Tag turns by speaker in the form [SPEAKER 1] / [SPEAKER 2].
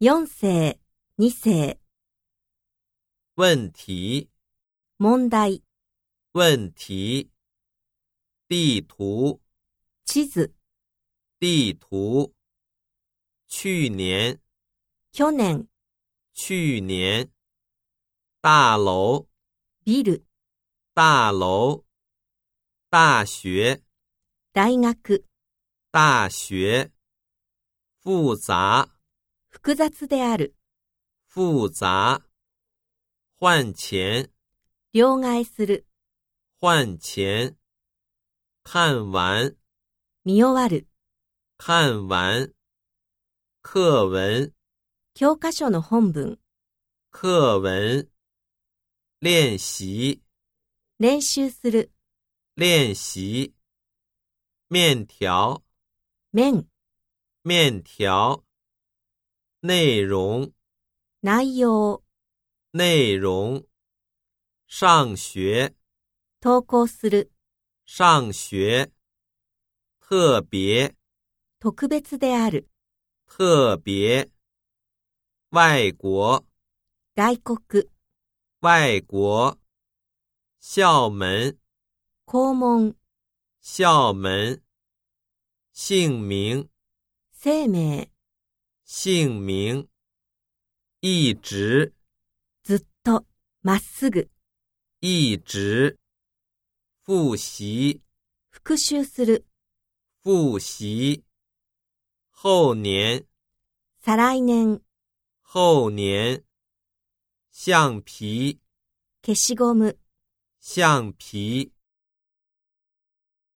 [SPEAKER 1] 4世、2世、
[SPEAKER 2] 问题，
[SPEAKER 1] 問題、
[SPEAKER 2] 问题。地图，
[SPEAKER 1] 地図、
[SPEAKER 2] 地图。去年，
[SPEAKER 1] 去年、
[SPEAKER 2] 去年。大楼，
[SPEAKER 1] ビル、
[SPEAKER 2] 大楼。大学，
[SPEAKER 1] 大学、
[SPEAKER 2] 大学。复杂，
[SPEAKER 1] 複雑である、
[SPEAKER 2] 复杂。换钱，
[SPEAKER 1] 両替する、
[SPEAKER 2] 换钱。看完，
[SPEAKER 1] 見終わる、
[SPEAKER 2] 看完。课文，
[SPEAKER 1] 教科書の本文、
[SPEAKER 2] 课文。练习，
[SPEAKER 1] 練習する、
[SPEAKER 2] 练习。面条，
[SPEAKER 1] 面、
[SPEAKER 2] 面条。内容，
[SPEAKER 1] 内容、
[SPEAKER 2] 内容。上学，
[SPEAKER 1] 投稿する、
[SPEAKER 2] 上学。特别，
[SPEAKER 1] 特別である、
[SPEAKER 2] 特别。外国，
[SPEAKER 1] 外国、
[SPEAKER 2] 外国。校门，
[SPEAKER 1] 校門、
[SPEAKER 2] 校门。姓名，
[SPEAKER 1] 生命、
[SPEAKER 2] 姓名。一直，
[SPEAKER 1] ずっと、まっすぐ、
[SPEAKER 2] 一直。复习，
[SPEAKER 1] 復習する、
[SPEAKER 2] 复习。后年，
[SPEAKER 1] 再来年、
[SPEAKER 2] 后年。橡皮，
[SPEAKER 1] 消しゴム、
[SPEAKER 2] 橡皮。